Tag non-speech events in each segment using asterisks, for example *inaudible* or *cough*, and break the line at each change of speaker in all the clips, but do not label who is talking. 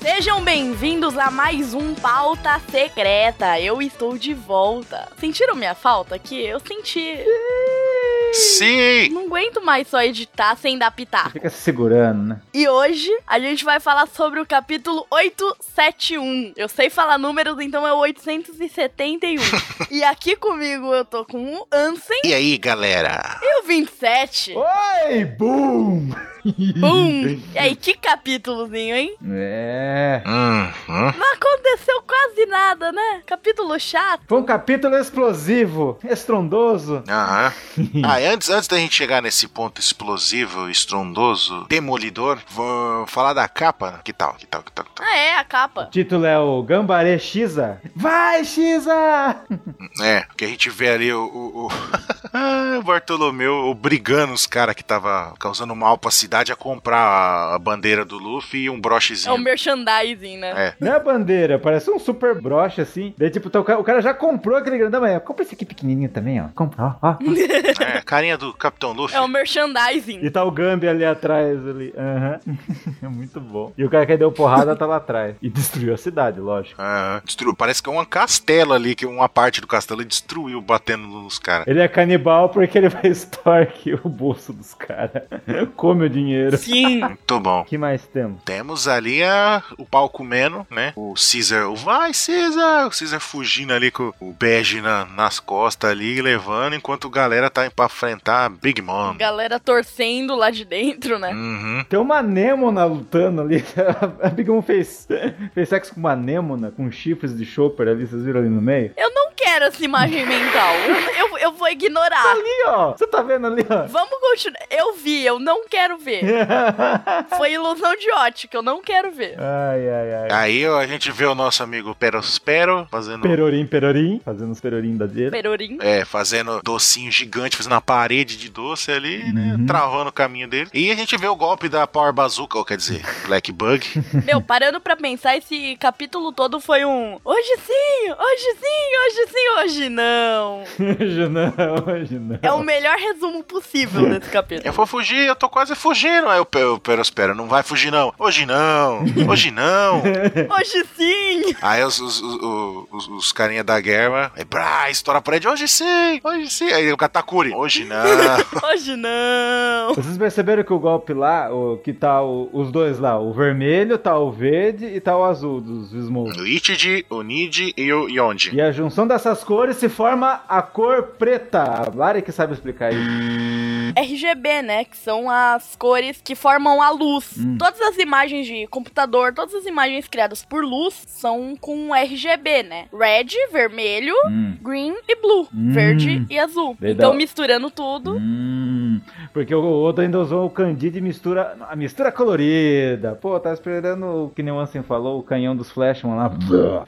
Sejam bem-vindos a mais um Pauta Secreta. Eu estou de volta. Sentiram minha falta aqui? Eu senti.
Sim!
Não aguento mais só editar sem dar pitaco.
Fica se segurando, né?
E hoje a gente vai falar sobre o capítulo 871. Eu sei falar números, então é o 871. e aqui comigo eu tô com o Ansem
E aí, galera?
e o 27.
Oi, boom!
Bum! E aí, que capítulozinho, hein?
É.
Hum, hum.
Não aconteceu quase nada, né? Capítulo chato.
Foi um capítulo explosivo, estrondoso.
Aham. Ah, e antes, antes da gente chegar nesse ponto explosivo, estrondoso, demolidor, vou falar da capa. Que tal? Que tal? Que tal? Que tal?
Ah, é, a capa.
O título é o Gambare Xiza. Vai, Xiza!
É, porque a gente vê ali o, o, *laughs* o- o Bartolomeu obrigando os caras que tava causando mal pra cidade a comprar a- a bandeira do Luffy e um
É o
brochezinho.
merchandising, né?
É.
Não é a bandeira, parece um super broche assim. Daí, tipo, tá o ca- o cara já comprou aquele grandão, mas compra esse aqui pequenininho também, ó. Compra, ó, *laughs* ó.
É, a carinha do Capitão Luffy.
É o merchandising.
E tá o Gambi ali atrás, ali. Aham. *laughs* É Muito bom. E o cara que deu porrada tá lá atrás. E destruiu a cidade, lógico.
Aham. Destruiu. Parece que é uma castela ali, que uma parte do castelo destruiu batendo nos caras.
Ele é canibal porque ele vai *laughs* extorque o bolso dos caras. Come o dinheiro.
Sim.
Muito bom.
O que mais temos?
Temos ali a- o pau comendo, né? O Caesar, o vai Caesar! O Caesar fugindo ali com o bege na- nas costas ali, levando, enquanto a galera tá pra enfrentar Big Mom.
Galera torcendo lá de dentro, né?
Uhum.
Tem uma anêmona lutando ali. *laughs* A Big Mom fez, fez sexo com uma anêmona, com chifres de chopper ali, vocês viram ali no meio?
Eu não quero essa imagem mental. Eu, eu- eu vou ignorar.
Ali, ó! Você tá vendo ali, ó? *laughs*
Vamos continuar. Eu vi, eu não quero ver. Foi ilusão de ótica, eu não quero ver.
ai, ai, ai.
Aí ó, a gente vê o nosso amigo Perospero fazendo.
Perorim, perorim. Fazendo os perorim da dele.
Perorim.
É, fazendo docinho gigante, fazendo uma parede de doce ali, né?
Uhum.
Travando o caminho dele. E a gente vê o golpe da Power Bazooka, ou quer dizer, Black Bug.
Meu, parando pra pensar, esse capítulo todo foi um. Hoje sim, hoje sim, hoje sim, hoje não.
*laughs* hoje não, hoje não.
É o melhor resumo possível desse capítulo.
Eu vou fugir, eu tô quase fugindo. Aí o Pe- o Perospero, não vai fugir não. Hoje não, hoje não.
Hoje sim!
Aí os, os, os, os- os carinha da guerra, é brá, estoura a parede, hoje sim, hoje sim. Aí o Katakuri, hoje não.
Hoje não!
Vocês perceberam que o golpe lá, o, que tá o- os dois lá, o vermelho, tá o verde e tá o azul dos Vismos.
o Ichiji, o Nid e o Yondi.
E a junção dessas cores se forma a cor preta. A Lari que sabe explicar isso.
RGB, né? Que são as cores que formam a luz.
Hum.
Todas as imagens de computador, todas as imagens criadas por luz são com RGB, né? Red, vermelho, green e blue.
Hum.
Verde e azul.
Legal.
Então, misturando tudo.
Hum, porque o Oda ainda usou o Candide mistura. A mistura colorida. Pô, tá esperando, que nem o Ansem falou, o canhão dos Flashman lá.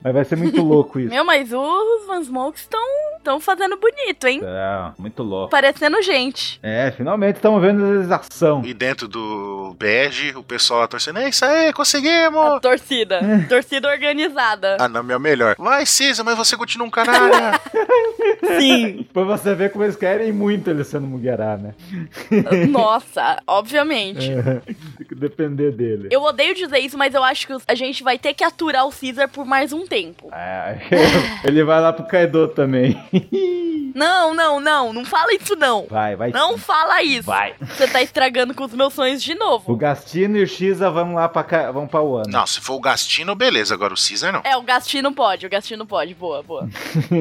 Mas vai
*laughs*
ser muito louco isso.
Meu, mas os Vansmokes estão tão fazendo bonito, hein?
Tá, muito louco.
Parecendo gente.
É, finalmente estamos vendo eles ação.
E dentro do bege, o pessoal lá torcendo, é isso aí, conseguimos.
Oh.
A
*laughs*
torcida. torcida organizada.
Ah não, meu melhor. Vai, Cisa, mas você continua um canalha.
Ah,
Sim.
Pra você ver como eles querem muito ele sendo Mugiará, né?
*laughs* Nossa, obviamente.
É. Tem que depender dele.
Eu odeio dizer isso, mas eu acho que os- a gente vai ter que aturar o Caesar por mais um tempo.
Ah, *laughs* ele vai lá pro Kaido também. *laughs*
Não, não, não, não fala isso não.
Vai, vai.
Não fala isso.
Vai.
Você tá estragando com os meus sonhos de
O
novo.
Gastino e o Shiza vão lá pra, Ka- vão pra Wano.
Tá.
não, se for o Gastino, beleza, agora o Caesar não.
É, o Gastino pode, o Gastino pode. Boa, boa.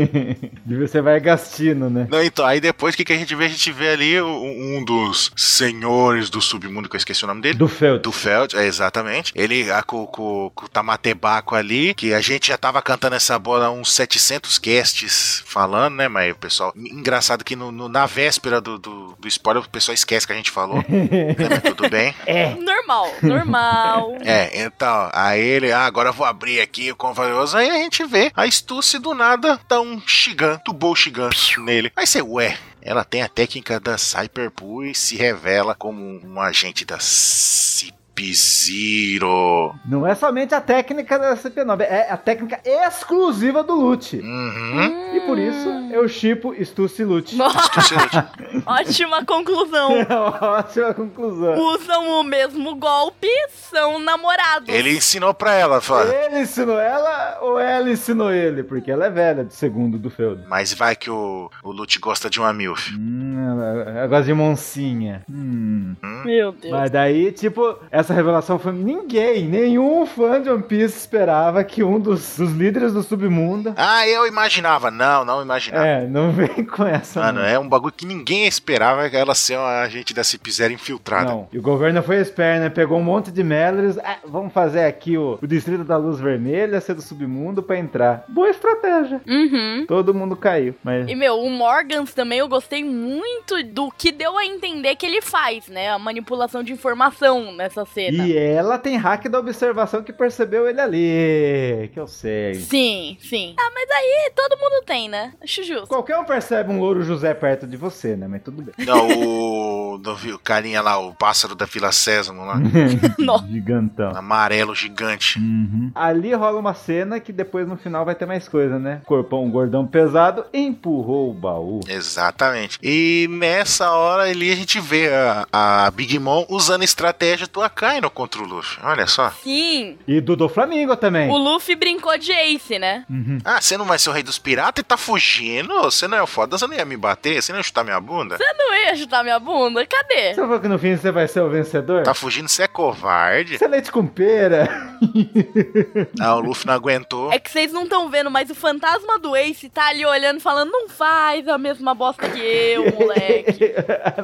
*laughs* Devia ser vai Gastino, né?
Não, então, aí depois o que, que a gente vê? A gente vê ali um, um dos senhores do submundo, que eu esqueci o nome dele.
Do Feld.
Do Feld, é, exatamente. Ele a, com, com- com o Tamatebaco ali, que a gente já tava cantando essa bola há uns 700 casts falando, né? Mas o pessoal. Engraçado que no- no- na véspera do, do, do spoiler, o pessoal esquece que a gente falou. né, mas tudo bem.
É. *laughs*
Normal, normal. *laughs*
É, então, aí ele, ah, agora eu vou abrir aqui o convalioso. Aí a gente vê a Stussy do nada dá um Shigan, tubou o Shigan nele. Aí você, ué, ela tem a técnica da Cyperpool e se revela como um agente da CIP. Sub-Zero.
Não é somente a técnica da CP9, é a técnica exclusiva do loot.
Uhum.
E por isso eu chipo Stussy Loot.
Nossa,
Excelente.
ótima conclusão.
*laughs* É uma ótima conclusão.
Usam o mesmo golpe, são namorados.
Ele ensinou pra ela, fala.
Ele ensinou ela ou ela ensinou ele? Porque ela é velha, de segundo do feudo.
Mas vai que o, o Lute gosta de uma MILF.
Hum, ela, ela gosta de moncinha. Hum.
Meu Deus.
Mas daí, tipo, essa revelação foi. Ninguém, nenhum fã de One Piece esperava que um dos, dos líderes do submundo.
Ah, eu imaginava. Não, não imaginava.
É, não vem com essa.
Mano,
não.
é um bagulho que ninguém esperava ela ser uma agente da cip Zero infiltrada.
Não, e o governo foi esperto, né? Pegou um monte de Melores. Ah, vamos fazer aqui o, o Distrito da Luz Vermelha ser do submundo pra entrar. Boa estratégia.
Uhum.
Todo mundo caiu. Mas
E, meu, o Morgans também eu gostei muito do que deu a entender que ele faz, né? A manipulação de informação nessa cena.
E ela tem hack da observação que percebeu ele ali. Que eu sei.
Sim, sim. Ah, mas aí todo mundo tem, né? Acho justo.
Qualquer um percebe um louro José perto de você, né? Mas tudo bem.
Não, o. Não viu? O carinha lá, o pássaro da Vila Sésamo lá.
Nossa.
Gigantão.
Amarelo gigante.
Uhum. Ali rola uma cena que depois no final vai ter mais coisa, né? Corpão gordão pesado empurrou o baú.
Exatamente. E nessa hora ali a gente vê a, a Big Mom usando a estratégia do Akaino contra o Luffy. Olha só.
Sim.
E do do Flamingo também.
O Luffy brincou de Ace, né?
Uhum.
Ah, você não vai ser o rei dos piratas e tá fugindo? Você não é o foda, você não ia me bater? Você não ia chutar minha bunda?
Você não ia chutar minha bunda? Cadê?
Você falou que no fim você vai ser o vencedor?
Tá fugindo, você é covarde.
Você é leite com pera.
Ah, o Luffy não aguentou.
É que vocês não estão vendo, mas o fantasma do Ace tá ali olhando, falando: não faz a mesma bosta que eu,
*laughs*
moleque.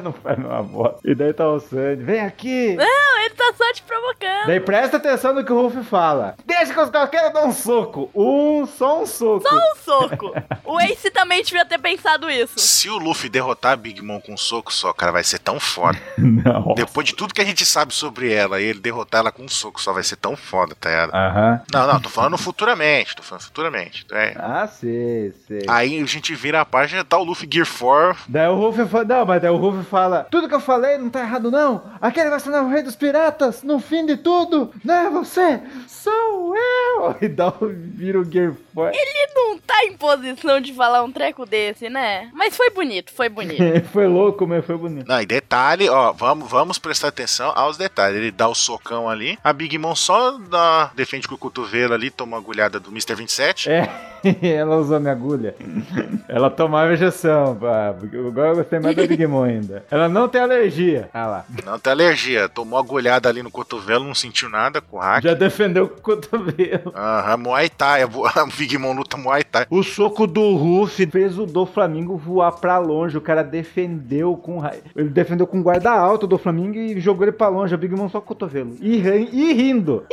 não faz uma bosta. E daí tá o Sandy. Vem aqui.
não, ele tá só te provocando.
Daí presta atenção no que o Ruff fala. Deixa que os quero dar um soco. Um, só um soco.
Só um soco. O Ace também devia ter pensado isso.
Se o Luffy derrotar a Big Mom com um soco só, cara, vai ser tão foda.
um.
*laughs* Não.
Depois de tudo que a gente sabe sobre ela, e ele derrotar ela com um soco só vai ser tão foda, tá ligado?
Aham.
Não, não, tô falando futuramente, tô falando futuramente. É.
Ah, sei, sei.
Aí a gente vira a página, tá o Luffy Gear 4.
Daí o Ruff fala. Não, mas daí o Ruff fala. Tudo que eu falei não tá errado, não. Aquele negócio não é o rei dos piratas. No fim de tudo, não é você, sou eu. *laughs* E dá o vira o Gear Force.
Ele não tá em posição de falar um treco desse, né? Mas foi bonito, foi bonito.
*laughs* foi louco, mas foi bonito.
Não, e detalhe, ó, vamos, vamos prestar atenção aos detalhes. Ele dá o socão ali, a Big Mom só dá, defende com o cotovelo ali, toma uma agulhada do Mr. 27.
É, *laughs* ela usou minha agulha. Ela tomava injeção, pá. porque Agora eu gostei mais da Big Mom ainda. Ela não tem alergia. Ah lá.
Não tem alergia, tomou a agulhada ali no cotovelo, não sentiu nada com o hack.
Já defendeu com o cotovelo.
Aham, Muay Thai, a bo- *laughs* a Big Mom luta Muay Thai.
O soco do Ruff fez o do Flamengo voar pra longe. O cara defendeu com raio. Ele defendeu com guarda alta do Flamengo e jogou ele pra longe. A Big Mom só com o cotovelo. E, ri- e rindo.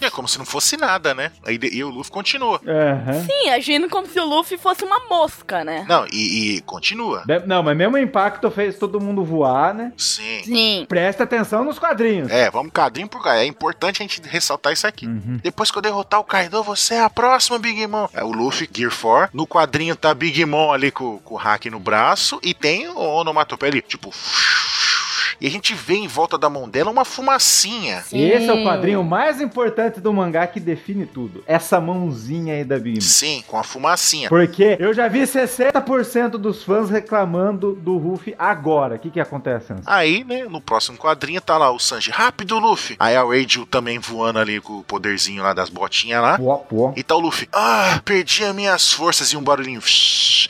É como se não fosse nada, né? Aí, de- e o Luffy continua.
Aham.
Sim, agindo como se o Luffy fosse uma mosca, né?
Não, e, e continua.
De- Não, mas mesmo o impacto fez todo mundo voar, né?
Sim.
Sim.
Presta atenção nos quadrinhos.
É, vamos cadinho por cadinho. É importante a gente ressaltar isso aqui.
Uhum.
Depois que eu derrotar o Kaido, você é a próxima Big Mom. É o Luffy, Gear 4. No quadrinho tá Big Mom ali com, com o hack no braço. E tem o onomatopeia ali, tipo... E a gente vê em volta da mão dela uma fumacinha.
Sim.
E esse é o quadrinho mais importante do mangá que define tudo. Essa mãozinha aí da Big Mom.
Sim, com a fumacinha.
Porque eu já vi 60% dos fãs reclamando do Ruff agora. O que que acontece, Anson?
Aí, né, no próximo quadrinho tá lá o Sanji. Rápido, Luffy! Aí a Rachel também voando ali com o poderzinho lá das botinhas lá.
Pô, pô.
E tá o Luffy. Ah, perdi as minhas forças e um barulhinho.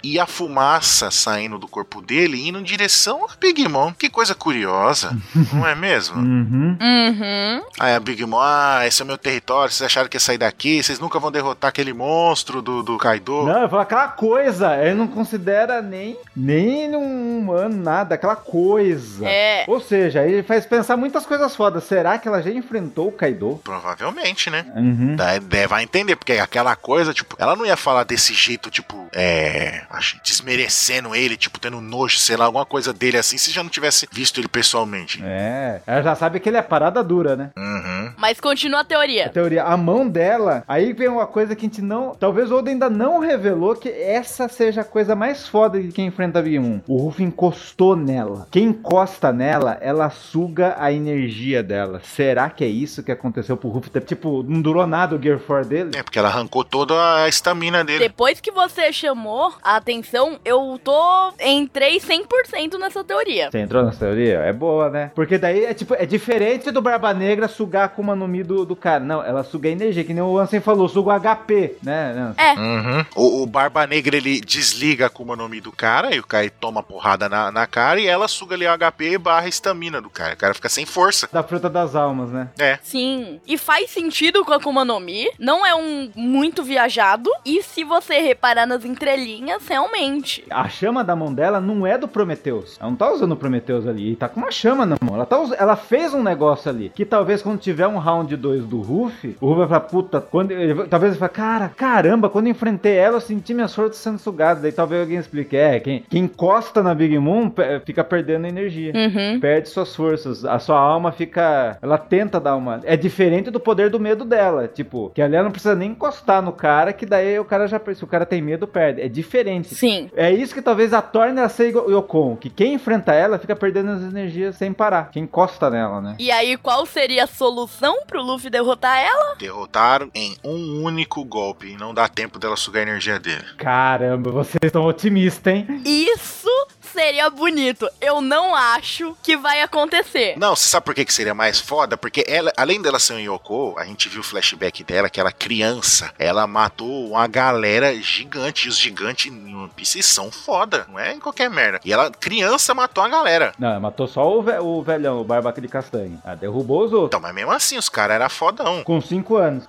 E a fumaça saindo do corpo dele indo em direção a Big Mom. Que coisa
*laughs*
curiosa, não é mesmo?
Uhum.
Uhum.
Aí a Big Mom, ah, esse é o meu território, vocês acharam que ia sair daqui, vocês nunca vão derrotar aquele monstro do, do Kaido.
Não, eu falo aquela coisa. Ele não considera nem, nem um humano, nada. Aquela coisa.
É.
Ou seja, ele faz pensar muitas coisas fodas. Será que ela já enfrentou o Kaido?
Provavelmente, né?
Uhum.
Daí daí vai entender, porque aquela coisa, tipo, ela não ia falar desse jeito, tipo, é. acho- Desmerecendo ele, tipo, tendo nojo, sei lá, alguma coisa dele assim, se já não tivesse visto ele pessoalmente.
É. Ela já sabe que ele é parada dura, né?
Uhum.
Mas continua a
A
teoria.
teoria, a mão dela, aí vem uma coisa que a gente não. Talvez o Oda ainda não revelou que essa seja a coisa mais foda de quem enfrenta a Big Mom. O Ruff encostou nela. Quem encosta nela, ela suga a energia dela. Será que é isso que aconteceu pro Ruff? Tipo, não durou nada o Gear 4 dele?
É, porque ela arrancou toda a estamina dele.
Depois que você chamou a atenção, eu tô. Entrei 100% nessa teoria.
Você entrou nessa teoria? É boa, né? Porque daí é tipo, é diferente do Barba Negra sugar a Akuma no Mi do, do cara. Não, ela suga a energia, que nem o Ansem falou, suga o HP, né? Não,
Uhum. O, o Barba Negra ele desliga a Akuma no Mi do cara e o cara toma porrada na, na cara e ela suga ali o HP barra estamina do cara. O cara fica sem força.
da fruta das almas, né?
É.
Sim. E faz sentido com a Akuma no Mi. Não é um muito viajado. E se você reparar nas entrelinhas, realmente.
A chama da mão dela não é do Prometheus. Ela não tá usando o Prometheus ali. Tá com uma chama na mão. Ela, tá us- ela fez um negócio ali. Que talvez quando tiver um round 2 do Ruff, o Ruff vai falar, puta, quando. ele vai- Talvez ele fale, cara, caramba, quando eu enfrentei ela, eu senti minhas forças sendo sugadas. Daí talvez alguém explique. É, quem, quem encosta na Big Moon pe- fica perdendo energia.
Uhum.
Perde suas forças, a sua alma fica. Ela tenta dar uma. É diferente do poder do medo dela. Tipo, que ali ela não precisa nem encostar no cara, que daí o cara já. Se o cara tem medo, perde. É diferente.
Sim.
É isso que talvez a torne a ser igual- Yokon, que quem enfrenta ela fica perdendo as energias sem parar. Quem encosta nela, né?
E aí, qual seria a solução pro Luffy derrotar ela?
Derrotaram em um único golpe e não dá tempo dela sugar a energia dele.
Caramba, vocês estão otimistas, hein?
Isso seria bonito. Eu não acho que vai acontecer.
Não, você sabe por que, que seria mais foda? Porque ela, além dela ser um Yoko, a gente viu o flashback dela, que ela criança, ela matou uma galera gigante, e os gigantes em One Piece são foda, não é em qualquer merda. E ela, criança, matou a galera.
Não, ela matou só o, ve- o velhão, o barbaca de castanho. Ah, derrubou os outros.
Então, mas mesmo assim, os caras eram fodão.
Com 5 anos.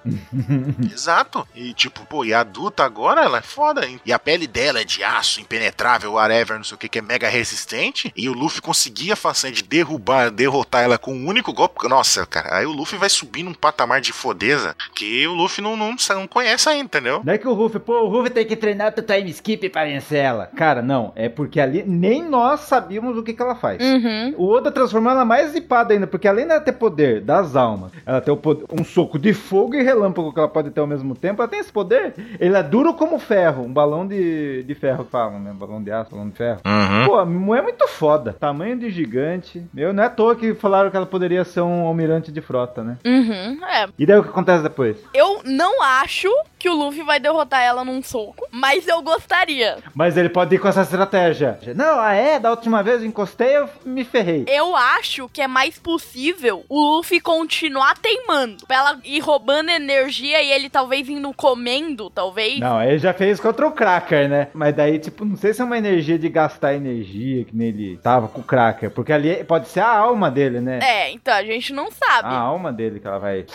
Exato. E tipo, pô, e a adulta agora, ela é foda, hein? E a pele dela é de aço, impenetrável, whatever, não sei o que, que é mega resistente. E o Luffy conseguia a façanha de derrubar, derrotar ela com um único golpe. Nossa, cara, aí o Luffy vai subir num patamar de fodeza que o Luffy não, não, sa- não conhece ainda, entendeu?
Não é que o Ruff, pô, o Ruff tem que treinar pro time skip pra vencer ela. Cara, não. É porque ali nem nós sabíamos o que, que ela faz.
Uhum.
O Oda transformou ela mais zipada ainda, porque além dela ter poder das almas, ela tem o poder- um soco de fogo e relâmpago que ela pode ter ao mesmo tempo. Ela tem esse poder. Ele é duro como ferro, um balão de, de ferro que falam, né? Balão de aço, balão de ferro.
Uhum.
Pô, a Mimu é muito foda. Tamanho de gigante. Meu, não é à toa que falaram que ela poderia ser um almirante de frota, né?
Uhum. É.
E daí o que acontece depois?
Eu não acho que o Luffy vai derrotar ela num soco, mas eu gostaria.
Mas ele pode ir com essa estratégia. Não, ah é? Da última vez eu encostei, eu me ferrei.
Eu acho que é mais possível o Luffy continuar teimando. Pra ela ir roubando energia e ele talvez indo comendo, talvez.
Não, ele já fez contra o Cracker, né? Mas daí, tipo, não sei se é uma energia de gastar energia que nele tava com o Cracker. Porque ali pode ser a alma dele, né?
É, Ah. então a gente não sabe.
A alma dele que ela vai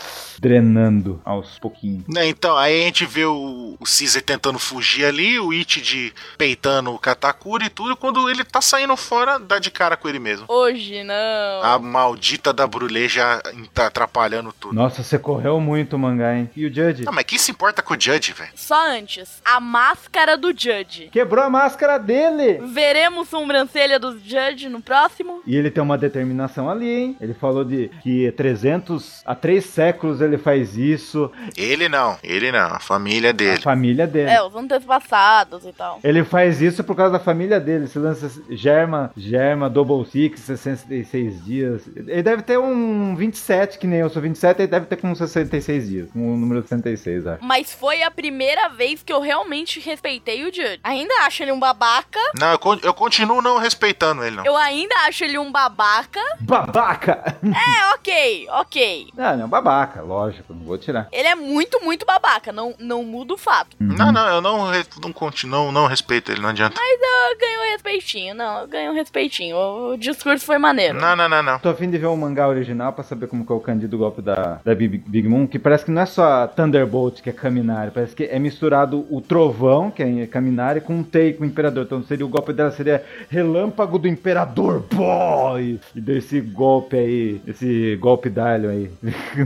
drenando aos pouquinhos.
Né, Então, aí a gente vê o, o Caesar tentando fugir ali, o It de peitando o Katakuri e tudo, quando ele tá saindo fora, dá de cara com ele mesmo.
Hoje não.
A maldita da bruleja tá atrapalhando tudo.
Nossa, você correu muito, mangá, hein? E o Judge?
Não, mas quem se importa com o Judge, velho?
Só antes, a máscara do Judge.
Quebrou a máscara dele!
Veremos sobrancelha do Judge no próximo?
E ele tem uma determinação ali, hein? Ele falou de que 300 a 3 séculos ele faz isso,
Ele não, ele não, a família
a
dele.
família dele.
É, os antepassados e tal.
Ele faz isso por causa da família dele. Se lança Germa, Germa, Double Six, 66 dias. Ele deve ter um 27, que nem eu sou 27, ele deve ter com 66 dias. Com o número 66, acho.
Mas foi a primeira vez que eu realmente respeitei o Judge. Ainda acho ele um babaca.
Não, eu, con- eu continuo não respeitando ele, não.
Eu ainda acho ele um babaca.
Babaca! *laughs*
É, ok, ok.
Não, não, babaca, lógico, não vou tirar.
Ele é muito, muito babaca. Não, não muda o fato.
Não, não, eu não, re- não continuo, não respeito ele, não adianta.
Eu ganhei um respeitinho. Não, eu ganhei um respeitinho. O, o discurso foi maneiro.
Não, não, não, não.
Tô a fim de ver o mangá original pra saber como que é o candido golpe da, da Big, Big Moon, que parece que não é só Thunderbolt que é Caminari, parece que é misturado o trovão, que é Caminari, com um Tei, com o Imperador. Então seria o golpe dela seria Relâmpago do Imperador Boy! E desse golpe aí, *laughs* esse golpe d'alho aí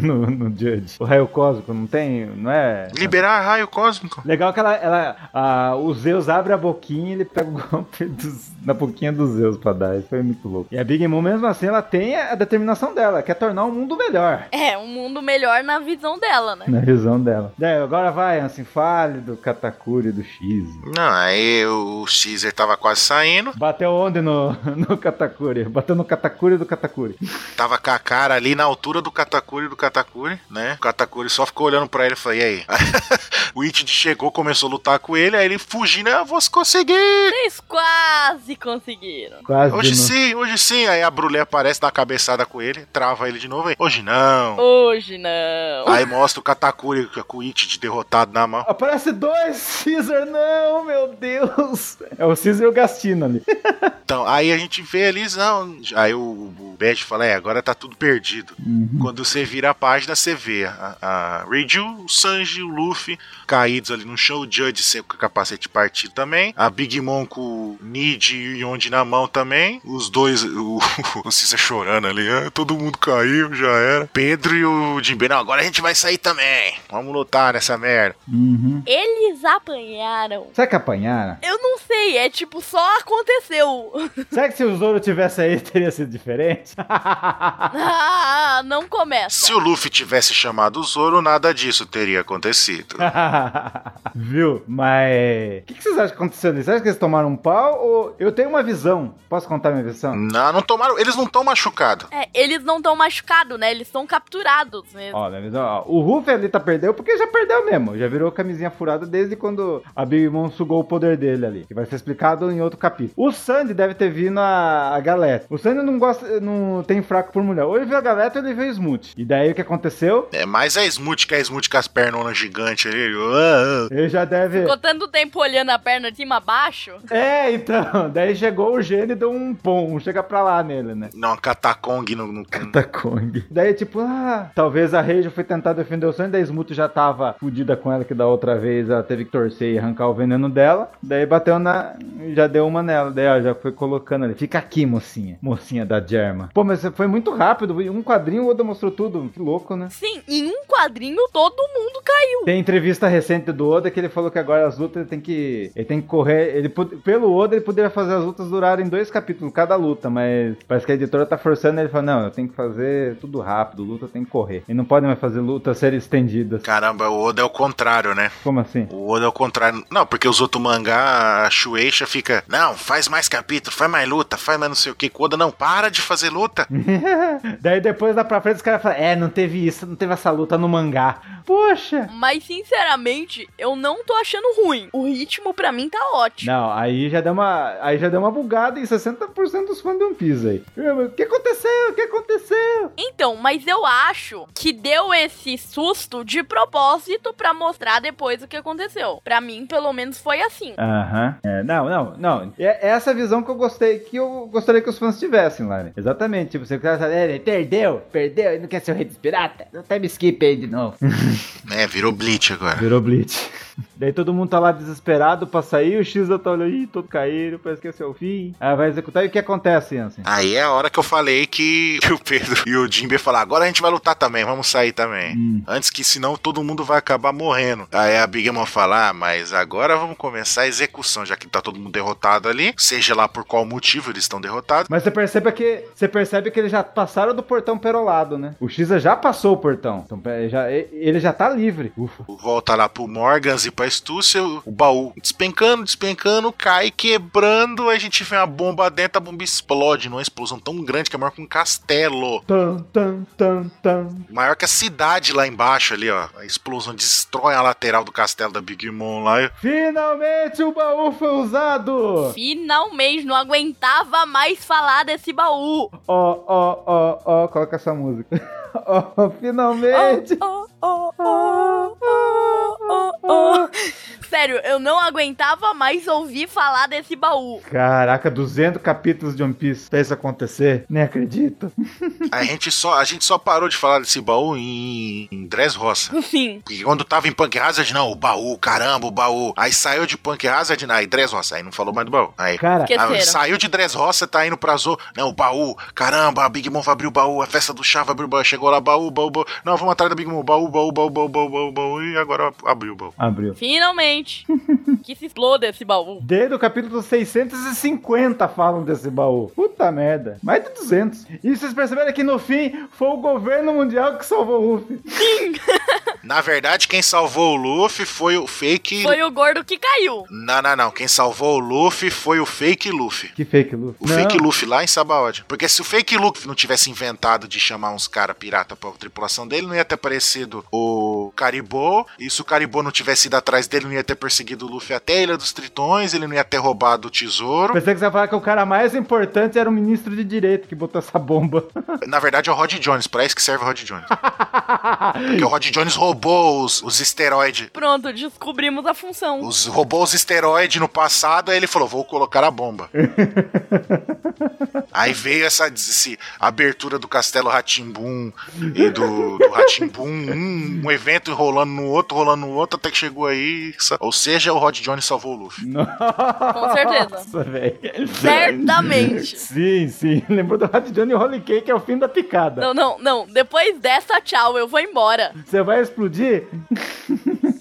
no, no Judge. O raio cósmico não tem, não é?
liberar raio cósmico.
Legal que ela, ela a- o Zeus abre a boquinha e ele pega o *laughs* golpe dos- na boquinha do Zeus pra dar. Isso foi muito louco. E a Big Mom, mesmo assim, ela tem a determinação dela, quer tornar o mundo melhor.
É, um mundo melhor na visão dela, né?
Na visão dela. Daí, agora vai, assim, fale do Katakuri, do X.
Não, aí o Caesar tava quase saindo,
Bateu onde no, *laughs* no Katakuri? Bateu no Katakuri do Katakuri.
tava com a cara ali na altura do Katakuri do Katakuri, né? O Katakuri só ficou olhando pra ele e falou: e aí? *laughs* o Ichid chegou, começou a lutar com ele, aí ele fugindo, eu vou conseguir!
Vocês quase conseguiram.
Quase
Hoje
no...
sim, hoje sim. Aí a Brulé aparece, dá uma cabeçada com ele, trava ele de novo. Aí, hoje não.
Hoje não.
Aí mostra o Katakuri com o Ichid derrotado na mão.
Aparece dois Caesar, não, meu Deus! É o Caesar e o Gastino ali.
Então, aí a gente vê ali, não. Aí o, o Bad fala: é, agora tá tudo perdido. Quando você vira a página, você vê a, a Riju, o Sanji, o Luffy caídos ali no chão, o Judge sempre com o capacete partido também, a Big Mom com o Nid e o Yonde na mão também, os dois, *laughs* o, o Cisa chorando ali, "Ah, todo mundo caiu, já era. Pedro e o Jimbe, não, agora a gente vai sair também, vamos lutar nessa merda.
Uhum.
Eles apanharam.
Será que apanharam?
Eu não sei, é tipo, só aconteceu. *laughs*
Será que se o Zoro tivesse aí, teria sido diferente? *laughs*
Ah, não começa.
Se o Luffy tivesse chamado o Zoro, nada disso teria acontecido.
*laughs* Viu? Mas. O que, que vocês acham que aconteceu ali? Vocês acham que eles tomaram um pau ou. Eu tenho uma visão. Posso contar minha visão?
Não, não tomaram, eles não estão machucados.
É, eles não estão machucados, né? Eles estão capturados mesmo.
Ó, minha visão, ó. O Ruff ali tá perdeu porque já perdeu mesmo. Já virou camisinha furada desde quando a Big Mom sugou o poder dele ali. Que vai ser explicado em outro capítulo. O Sandy deve ter vindo a, a Galeta. O Sandy não gosta. não tem fraco por mulher. Ou ele viu a Galeta ou ele viu o Smooth. E daí o que aconteceu?
É mais a Smooth que a Smooth com as pernonas gigantes ali. "Ah, ah,
Ele já deve.
Ficou tanto tempo olhando a perna de cima a baixo.
É, então. *laughs* Daí chegou o gênio e deu um pom. Chega pra lá nele, né?
Não, Katakong no, no *laughs*
Da Kong. Daí, tipo, ah, talvez a Reijo foi tentar defender o Sandy, daí Smuto já tava fudida com ela, que da outra vez ela teve que torcer e arrancar o veneno dela. Daí bateu na. Já deu uma nela. Daí, ó, já foi colocando ali. Fica aqui, mocinha. Mocinha da Germa. Pô, mas foi muito rápido. em Um quadrinho, o Oda mostrou tudo. Que louco, né?
Sim, em um quadrinho todo mundo caiu.
Tem entrevista recente do Oda que ele falou que agora as lutas ele tem que. Ele tem que correr. Ele, pod- pelo Oda, ele poderia fazer as lutas durarem dois capítulos, cada luta, mas parece que a editora tá forçando ele fala, não, eu tenho que fazer tudo rápido, luta tem que correr. E não podem mais fazer lutas serem estendidas.
Caramba, o Oda é o contrário, né?
Como assim? *laughs*
O Oda é o contrário. Não, porque os outros mangá, a Shueisha fica, não, faz mais capítulo, faz mais luta, faz mais não sei o que. O Oda não para de fazer luta.
Daí depois lá pra frente os caras falam, é, não teve isso, não teve essa luta no mangá. Poxa!
Mas sinceramente, eu não tô achando ruim. O ritmo pra mim tá ótimo.
Não, aí já deu uma. Aí já deu uma bugada em 60% dos fãs de One Piece aí. Eu, mas O que aconteceu? O que aconteceu?
Então, mas eu acho que deu esse susto de propósito pra mostrar depois o que aconteceu. Pra mim, pelo menos foi assim.
Aham. É, não, não, não. E É essa visão que eu gostei, que eu gostaria que os fãs tivessem, Lari. Exatamente. Tipo, você quer saber, ele perdeu, perdeu, ele não quer ser o rei dos piratas. Não time skip aí de novo.
É, virou Bleach agora.
*laughs* Virou Blitz. *laughs* Daí todo mundo tá lá desesperado pra sair, o X tá olhando, ih, todo caído, parece que esse é o fim. Aí vai executar, e o que acontece, Ansem?
Aí é a hora que eu falei que, *laughs* que o Pedro e o Jimbe falaram, agora a gente vai lutar também, vamos sair também.
Hum.
Antes que senão todo mundo vai acabar morrendo. Aí a Big Mom fala, ah, mas agora vamos começar a execução, já que tá todo mundo derrotado ali, seja lá por qual motivo eles estão derrotados.
Mas você percebe que você percebe que eles já passaram do portão perolado, né? O Xa já passou o portão. Então pe- já, e- ele já tá livre. Ufa.
Volta lá pro Morgans e pra Estúcia, o baú despencando, despencando, cai, quebrando. A gente vê uma bomba dentro, a bomba explode numa explosão tão grande que é maior que um castelo.
Tan, tan, tan, tan.
Maior que a cidade lá embaixo, ali, ó. A explosão destrói a lateral do castelo da Big Mom lá.
Finalmente o baú foi usado!
Finalmente, não aguentava mais falar desse baú.
Ó, ó, ó, ó, coloca essa música. *laughs* Ó, ó, finalmente!
Oh, oh, oh, oh, oh, oh. Sério, sério, eu não aguentava mais ouvir falar desse baú.
Caraca, 200 capítulos de One Piece pra isso acontecer? Nem acredito.
A gente só, a gente só parou de falar desse baú em, em Dressrosa.
Sim.
E quando tava em Punk Hazard, não, o baú, caramba, o baú. Aí saiu de Punk Hazard, não, aí Dressrosa, aí não falou mais do baú. Aí,
Cara,
Que- Esqueceram.
aí saiu de Dressrosa, tá indo pra Zo. Não, o baú, caramba, a Big Mom vai abrir o baú, a festa do chá vai abrir o baú. Chegou lá, baú, baú, baú. Não, vamos atrás da Big Mom, baú, baú, baú, baú, baú, baú, baú. E agora abriu
*laughs*
o baú.
abriu.
Finalmente. que se exploda esse baú.
Desde o capítulo 650 falam desse baú. Puta merda. Mais de 200. E vocês perceberam que no fim foi o governo mundial que salvou o Ruffy.
Na verdade, quem salvou o Luffy foi o fake.
Foi o gordo que caiu.
Não, não, não. Quem salvou o Luffy foi o fake Luffy.
Que fake, Lu.
O fake Luffy lá em Sabaody. Porque se o fake Luffy não tivesse inventado de chamar uns caras pirata pra tripulação dele, não ia ter aparecido o Caribou. E se o Caribou não tivesse ido atrás dele, não ia ter perseguido o Luffy até a Ilha dos Tritões, ele não ia ter roubado o
*laughs*
tesouro.
Pensei que você ia falar que o cara mais importante era o ministro de direito que botou essa bomba. *laughs*
Na verdade é o Rod Jones, pra isso que serve o Rod Jones. Porque o Rod Jones roubou os, os esteroides.
Pronto, descobrimos a função.
Os, roubou os esteroides no passado, aí ele falou: vou colocar a bomba. aí veio essa des- esse- abertura do Castelo Ratimbum e do, do Ratimbum, um, um evento rolando no outro, rolando no outro, até que chegou aí. sa- Ou seja, o Rod Jones salvou o Luffy.
Com certeza.
Nossa, velho.
Certamente.
Sim, sim. Lembrou do Rat Johnny Holy Cake, é o fim da picada.
Não, não, não. Depois dessa, tchau. Eu vou embora.
Você vai explodir?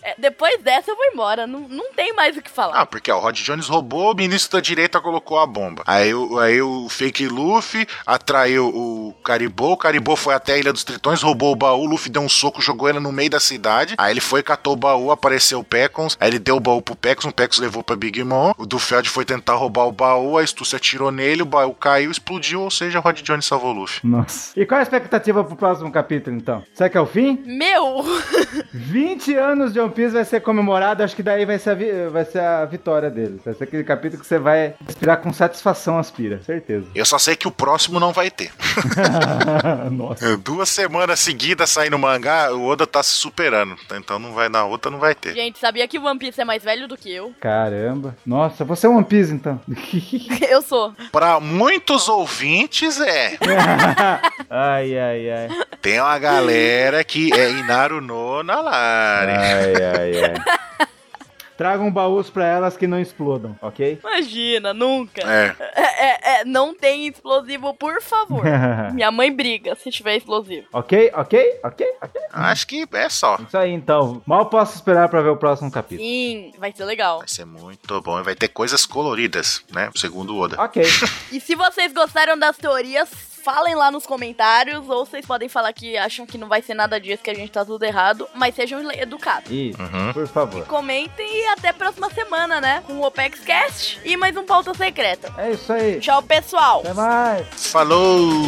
É, depois dessa, eu vou embora. Não, não tem mais o que falar.
Ah, porque ó, o Rod Jones roubou, o ministro da direita colocou a bomba. Aí, o- aí o fake Luffy atraiu o Caribou, o Caribou foi até a Ilha dos Tritões, roubou o baú, o Luffy deu um soco, jogou ele no meio da cidade. Aí ele foi, catou o baú, apareceu o Pecons, aí ele deu o baú pro Pecons, o Pecons levou pra Big Mom, o Dufeld foi tentar roubar o baú, a Estúcia atirou nele, o baú caiu, explodiu, ou seja, o Rod Jones salvou o Luffy.
Nossa. E qual é a expectativa pro próximo capítulo, então? Será que é o fim?
Meu! *laughs*
20 anos de One Piece vai ser comemorado, acho que daí vai ser a, vi- vai ser a vitória deles. Vai ser aquele capítulo que você vai respirar com satisfação, aspira,
*laughs*
certeza.
Eu só sei que o próximo não vai ter. *laughs*
Nossa.
Duas semanas seguidas saindo mangá, o Oda tá se superando. Então não vai na outra, não vai ter.
Gente, sabia que o One Piece é mais velho do que eu? *laughs*
Caramba. Nossa, você é um One Piece, então. *laughs*
Eu sou.
Pra muitos ouvintes, é.
ai, ai, ai.
Tem uma galera que é Inaru no Nalari.
Ai, ai, ai. *laughs* Tragam baús pra elas que não explodam, *laughs* ok?
Imagina, nunca.
É.
É, é, é, não tem explosivo, por
*laughs*
favor. Minha mãe briga se tiver explosivo.
ok, ok, ok, ok.
Acho que é só.
Isso aí, então. Mal posso esperar pra ver o próximo capítulo.
Sim, vai ser legal.
Vai ser muito bom. E vai ter coisas coloridas, né? Segundo o Oda.
Ok.
E se vocês gostaram das teorias, falem lá nos comentários. Ou vocês podem falar que acham que não vai ser nada disso, que a gente tá tudo errado. Mas sejam le- educados.
Isso,
Uhum.
por favor.
Comentem e até a próxima semana, né? Com o Opex Cast e mais um pauta secreta.
É isso aí.
Tchau, pessoal!
Até mais.
Falou!